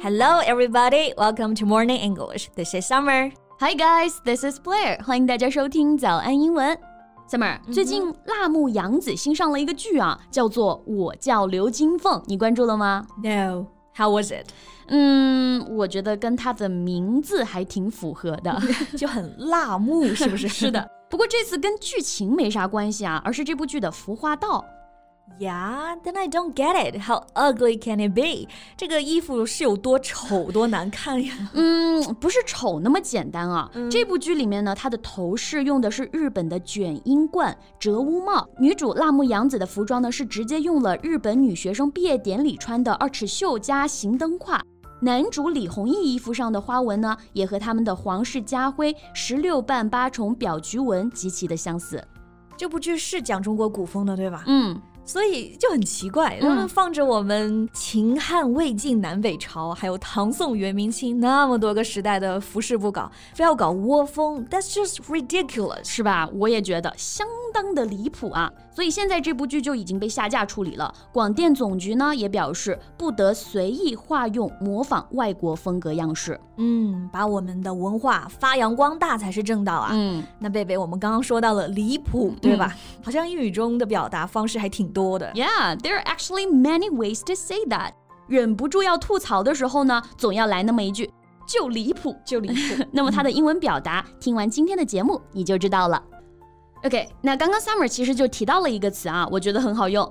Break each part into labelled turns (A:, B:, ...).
A: Hello, everybody. Welcome to Morning English. This is Summer.
B: Hi guys, this is Blair. 欢迎大家收听早安英文。Summer，、最近辣目洋子新上了一个剧啊，叫做《我叫刘金凤》，你关注了吗？
A: No. How was it?
B: 嗯，我觉得跟她的名字还挺符合的。
A: 就很辣 目，是不是？
B: 是的，不过这次跟剧情没啥关系啊，而是这部剧的服化道。
A: Yeah, then I don't get it. How ugly can it be? 这个衣服是有多丑、多难看 呀？
B: 嗯，不是丑那么简单啊。这部剧里面呢，它的头饰用的是日本的卷缨冠、折乌帽，女主辣目洋子的服装呢是直接用了日本女学生毕业典礼穿的二尺袖加行灯胯。男主李弘毅衣服上的花纹呢，也和他们的皇室家徽十六瓣八重表菊纹极其的相似。
A: 这部剧是讲中国古风的，对吧？
B: 嗯，
A: 所以就很奇怪，他们放着我们秦汉魏晋南北朝，还有唐宋元明清那么多个时代的服饰不搞，非要搞倭风，That's just ridiculous。
B: 是吧？我也觉得相当的离谱啊！所以现在这部剧就已经被下架处理了。广电总局呢也表示，不得随意化用、模仿外国风格样式。
A: 嗯，把我们的文化发扬光大才是正道啊。
B: 嗯，
A: 那贝贝，我们刚刚说到了离谱，对吧？好像英语中的表达方式还挺多的。
B: Yeah, there are actually many ways to say that. 忍不住要吐槽的时候呢，总要来那么一句，就离谱，就离 谱。那么它的英文表达，听完今天的节目你就知道了。OK，那刚刚 Summer 其实就提到了一个词啊，我觉得很好用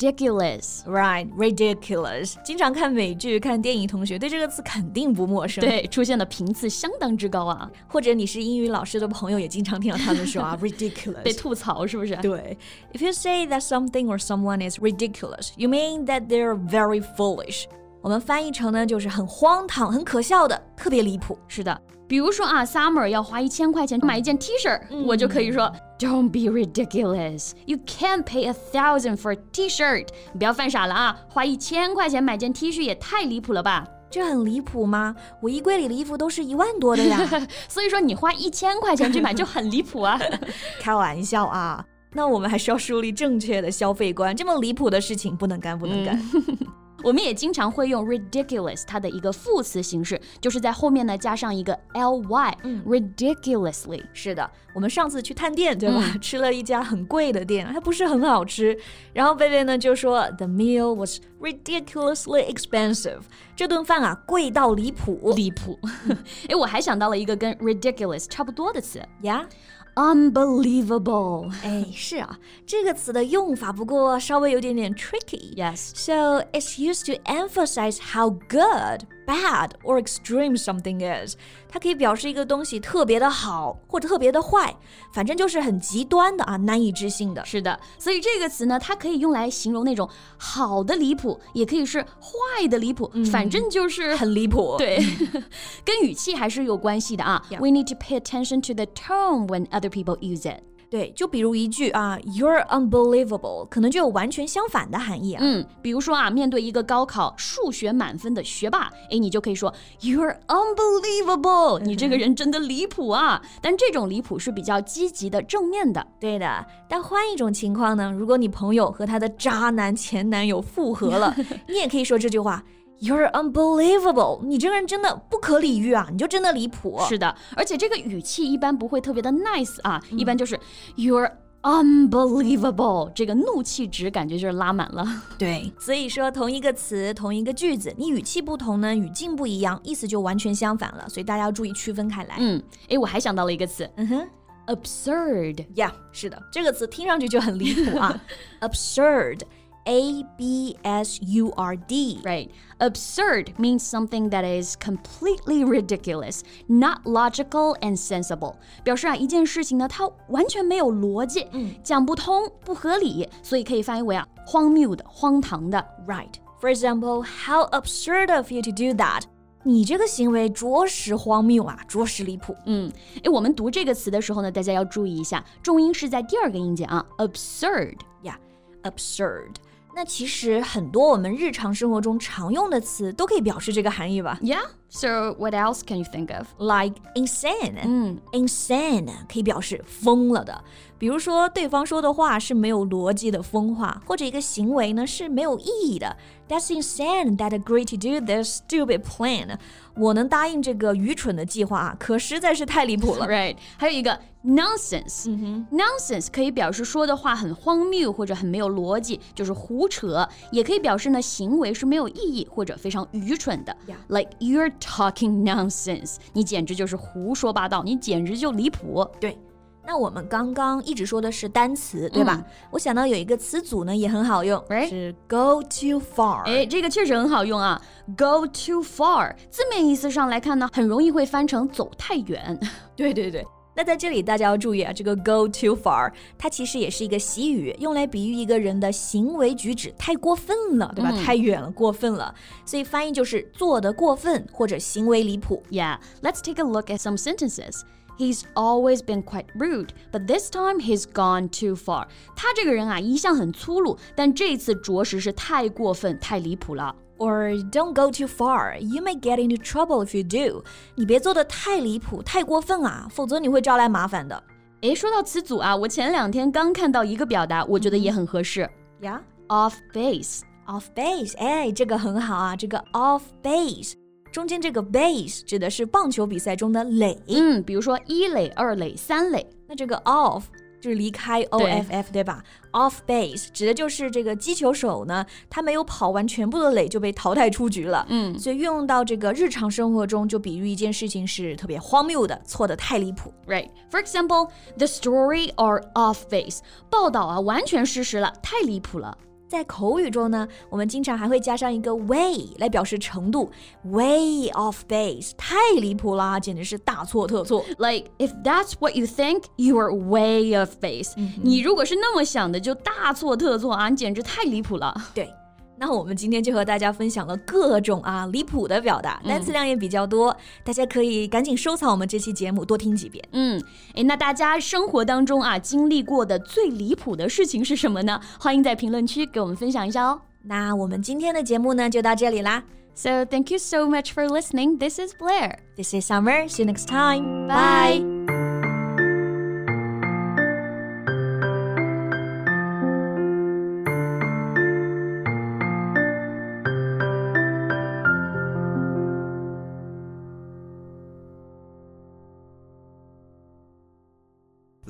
B: ，ridiculous。
A: Right, ridiculous。经常看美剧、看电影，同学对这个词肯定不陌生。，
B: 对，出现的频次相当之高啊，
A: 或者你是英语老师的朋友，也经常听到他们 说啊，ridiculous。
B: 被吐槽是不是？
A: 对，If you say that something or someone is ridiculous, you mean that they're very foolish。我们翻译成呢，就是很荒唐、很可笑的，特别离谱。
B: 是的，比如说啊，Summer 要花一千块钱买一件 T 恤儿，我就可以说 Don't be ridiculous. You can't pay a thousand for a T-shirt. 你不要犯傻了啊，花一千块钱买件 T 恤也太离谱了吧。
A: 这很离谱吗？我衣柜里的衣服都是一万多的呀。
B: 所以说你花一千块钱去买就很离谱啊。
A: 开玩笑啊。那我们还是要树立正确的消费观，这么离谱的事情不能干，不能干。
B: 我们也经常会用 ridiculous 它的一个副词形式，就是在后面呢加上一个 ly，ridiculously、ridiculously
A: 是的，我们上次去探店，对吧？吃了一家很贵的店，它不是很好吃。然后贝贝呢就说，The meal was ridiculously expensive，这顿饭啊贵到离谱
B: 离谱。哎，我还想到了一个跟 ridiculous 差不多的词
A: 呀。
B: ，unbelievable。
A: 哎，是啊，这个词的用法不过稍微有点点 tricky。
B: Yes.
A: So it's used to emphasize how good, bad, or extreme something is. 它可以表示一个东西特别的好或者特别的坏，反正就是很极端的啊，难以置信的。
B: 是的，所以这个词呢，它可以用来形容那种好的离谱，也可以是坏的离谱，反正就是
A: 很离谱，，
B: 对， 跟语气还是有关系的啊。
A: 嗯 Yeah.
B: We need to pay attention to the tone when other people use it。
A: 对，就比如一句啊，You're unbelievable，可能就有完全相反的含义啊。
B: 嗯，比如说啊，面对一个高考数学满分的学霸，哎，你就可以说 You're unbelievable，你这个人真的离谱啊。但这种离谱是比较积极的、正面的。
A: 对的，但换一种情况呢，如果你朋友和他的渣男前男友复合 了，你也可以说这句话：You're unbelievable，你这个人真的不可理喻啊，你就真的离谱。
B: 是的，而且这个语气一般不会特别的 nice 啊，一般就是 you're unbelievable，这个怒气值感觉就是拉满了。
A: 对，所以说同一个词、同一个句子，你语气不同呢，语境不一样，意思就完全相反了。所以大家要注意区分开来。
B: 嗯， 诶，我还想到了一个词
A: 嗯哼
B: ，absurd。
A: ，Yeah，是的，这个词听上去就很离谱 啊，absurd，a b s u r d。
B: Right. Absurd means something that is completely ridiculous, not logical and sensible. 表示啊，一件事情呢，它完全没有逻辑，嗯，讲不通，不合理，所以可以翻译为啊，荒谬的、荒唐的。
A: Right. For example, how absurd of you to do that. 你这个行为着实荒谬啊，着实离谱。
B: 嗯，诶，我们读这个词的时候呢，大家要注意一下，重音是在第二个音节啊，absurd。
A: 呀、yeah,，absurd。那那其实很多我们日常生活中常用的词都可以表示这个含义吧
B: Yeah. So what else can you think of?
A: ，like insane，
B: 嗯
A: insane 可以表示疯了的，比如说对方说的话是没有逻辑的疯话，或者一个行为呢是没有意义的。That's insane that agreed to do this stupid plan。我能答应这个愚蠢的计划啊，可实在是太离谱 了。
B: ，Right. 还有一个 nonsense。nonsense 可以表示说的话很荒谬或者很没有逻辑，就是胡扯，也可以表示呢行为是没有意义或者非常愚蠢的。
A: Yeah.
B: Like you're talking nonsense，你简直就是胡说八道，你简直就离谱。
A: 对，那我们刚刚一直说的是单词，对吧？我想到有一个词组呢也很好用
B: 嗯 Right
A: 是 go too far。
B: 哎，这个确实很好用啊，go too far，字面意思上来看呢，很容易会翻成走太远。
A: 对对对。那在这里大家要注意啊，这个 go too far，它其实也是一个习语，用来比喻一个人的行为举止太过分了，对吧？太远了，过分了，所以翻译就是做得过分或者行为离谱。
B: Yeah, let's take a look at some sentences. He's always been quite rude, but this time he's gone too far. 他这个人啊，一向很粗鲁，但这次着实是太过分、太离谱了。
A: Or don't go too far, you may get into trouble if you do。你别做得太离谱、太过分啊，否则你会招来麻烦的。
B: 诶，说到词组啊，我前两天刚看到一个表达，我觉得也很合适
A: 呀、
B: ，off base。
A: Off base，哎，这个很好啊，这个 off base 中间这个 base 指的是棒球比赛中的垒，
B: 嗯，比如说一垒、二垒、三垒。
A: 那这个 off 就是离开 o f f 对吧？off base 指的就是这个击球手呢，他没有跑完全部的垒就被淘汰出局了。
B: 嗯
A: 所以运用到这个日常生活中，就比喻一件事情是特别荒谬的，错的太离谱。
B: Right. For example, the story are off base. 报道啊，完全失实了，太离谱了。
A: 在口语中呢，我们经常还会加上一个 way 来表示程度，way off base 太离谱啦，简直是大错特错。
B: Like, if that's what you think, you are way off base. 你如果是那么想的，就大错特错啊！你简直太离谱 了。
A: 对，那我们今天就和大家分享了各种啊离谱的表达，单词量也比较多，大家可以赶紧收藏我们这期节目，多听几遍。
B: 嗯，诶，那大家生活当中啊，经历过的最离谱的事情是什么呢？欢迎在评论区给我们分享一下哦。
A: 那我们今天的节目呢就到这里啦。
B: So thank you so much for listening. This is Blair.
A: This is Summer. See you next time.
B: Bye.